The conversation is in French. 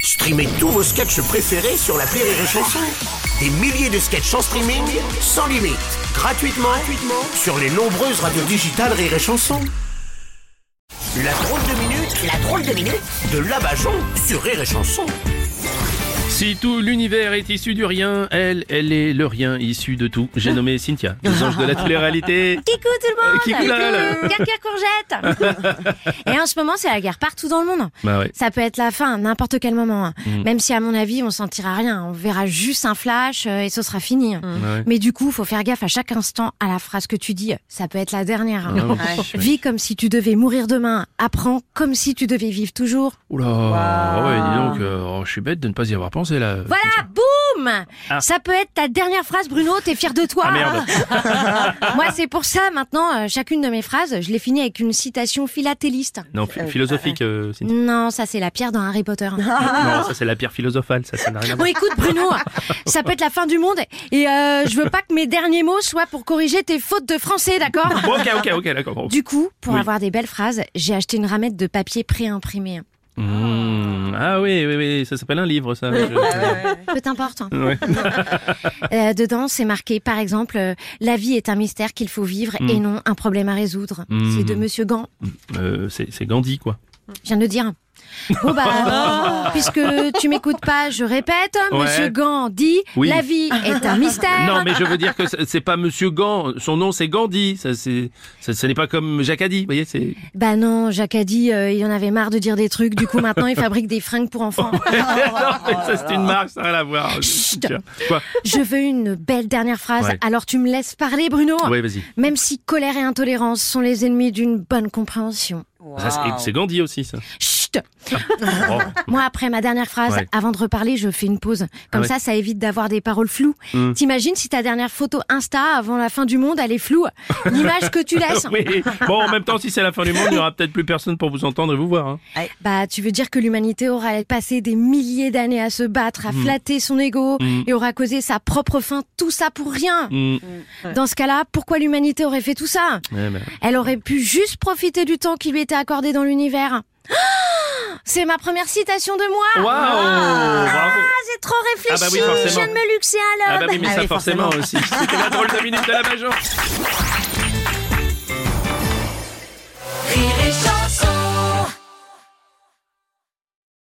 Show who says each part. Speaker 1: Streamez tous vos sketchs préférés sur la Rire et Chanson. Des milliers de sketchs en streaming, sans limite, gratuitement, gratuitement sur les nombreuses radios digitales Rire et Chanson. La drôle de minute, la drôle de minute de Labajon sur Rire et Chanson.
Speaker 2: Si tout l'univers est issu du rien, elle, elle est le rien issu de tout. J'ai nommé Cynthia, les anges de la télé-réalité.
Speaker 3: Kikou tout le
Speaker 2: Euh,
Speaker 3: monde
Speaker 2: kikou, là, là.
Speaker 3: Kikou, Gare, gare, courgette Et en ce moment, c'est la guerre partout dans le monde.
Speaker 2: Bah ouais. Mm.
Speaker 3: Ça peut être la fin, à n'importe quel moment. hein. Même si, à mon avis, on sentira rien. On verra juste un flash euh, et ce sera fini. hein.
Speaker 2: Mm. Ouais.
Speaker 3: Mais du coup, faut faire gaffe à chaque instant à la phrase que tu dis. Ça peut être la dernière. hein.
Speaker 2: Ah oui.
Speaker 3: Vis comme si tu devais mourir demain. Apprends comme si tu devais vivre toujours.
Speaker 2: Oula, ah ouais, dis donc, euh, oh, je suis bête de ne pas y avoir pensé là.
Speaker 3: Voilà, boum Ça peut être ta dernière phrase, Bruno, t'es fier de toi
Speaker 2: Ah, merde.
Speaker 3: hein. Moi, c'est pour ça, maintenant, euh, chacune de mes phrases, je les finis avec une citation philatéliste.
Speaker 2: Non, phi- philosophique, euh, Cynthia.
Speaker 3: Non, ça, c'est la pierre dans Harry Potter.
Speaker 2: Non, ça c'est la pierre philosophale, ça, ça n'a rien à
Speaker 3: Bon,
Speaker 2: voir.
Speaker 3: écoute, Bruno, ça peut être la fin du monde, et euh, je veux pas que mes derniers mots soient pour corriger tes fautes de français, d'accord
Speaker 2: Bon, ok, ok, ok, d'accord.
Speaker 3: Du coup, pour
Speaker 2: Oui.
Speaker 3: avoir des belles phrases, j'ai acheté une ramette de papier pré-imprimé.
Speaker 2: Mmh, ah oui, oui, oui, ça s'appelle un livre, ça. Je-
Speaker 3: Peu t'importe. hein.
Speaker 2: Ouais.
Speaker 3: Euh, dedans, c'est marqué, par exemple, euh, la vie est un mystère qu'il faut vivre et non un problème à résoudre.
Speaker 2: Mm.
Speaker 3: C'est de Monsieur Gant.
Speaker 2: Euh, c'est c'est Gandhi, quoi.
Speaker 3: Je viens de le dire. Bon bah, puisque tu m'écoutes pas, je répète,
Speaker 2: Ouais.
Speaker 3: Monsieur Gant dit,
Speaker 2: Oui.
Speaker 3: la vie est un mystère.
Speaker 2: Non, mais je veux dire que c'est- c'est pas Monsieur Gand, son nom c'est Gandhi. Ça, c'est, ça, ce n'est pas comme Jacques Haddy, vous voyez, c'est.
Speaker 3: Bah non, Jacques a dit, euh, il en avait marre de dire des trucs, du coup maintenant il fabrique des fringues pour enfants.
Speaker 2: non,
Speaker 4: Oh
Speaker 2: mais ça c'est une marque, ça n'a rien à voir. Tiens. Quoi
Speaker 3: Je veux une belle dernière phrase,
Speaker 2: Ouais.
Speaker 3: alors tu me laisses parler Bruno
Speaker 4: Oh.
Speaker 2: Oui, vas-y.
Speaker 3: Même si colère et intolérance sont les ennemis d'une bonne compréhension.
Speaker 2: Ça, c'est- C'est Gandhi aussi, ça.
Speaker 3: Chut
Speaker 2: Oh.
Speaker 3: Moi, après ma dernière phrase,
Speaker 2: Ouais. Ah
Speaker 3: avant de reparler, je fais une pause. Comme
Speaker 2: ouais.
Speaker 3: ça, ça évite d'avoir des paroles floues.
Speaker 2: Hmm.
Speaker 3: T'imagines si ta dernière photo Insta avant la fin du monde, elle est floue L'image que tu laisses
Speaker 2: Oui. Bon, en même temps, si c'est la fin du monde, il n'y aura peut-être plus personne pour vous entendre et vous voir. hein.
Speaker 3: Bah, tu veux dire que l'humanité aura passé des milliers d'années à se battre,
Speaker 2: Mm.
Speaker 3: à flatter son ego
Speaker 2: Hmm.
Speaker 3: et aura causé sa propre fin, tout ça pour rien
Speaker 2: Mm.
Speaker 3: Dans ce cas-là, pourquoi l'humanité aurait fait tout ça
Speaker 2: Ouais, bah,
Speaker 3: Elle aurait pu juste profiter du temps qui lui était accordé dans l'univers. Ah C'est ma première citation de moi
Speaker 4: Ah.
Speaker 2: Waouh Bravo
Speaker 3: J'ai trop
Speaker 2: Ah
Speaker 3: réfléchi
Speaker 2: bah oui, forcément.
Speaker 3: Je viens de me luxer à
Speaker 2: Ah
Speaker 3: l'aube
Speaker 2: bah oui, mais
Speaker 4: Ah
Speaker 2: ça
Speaker 4: oui,
Speaker 2: forcément,
Speaker 4: forcément.
Speaker 2: aussi. C'était la drôle de minute de la major.
Speaker 4: Rire et chanson.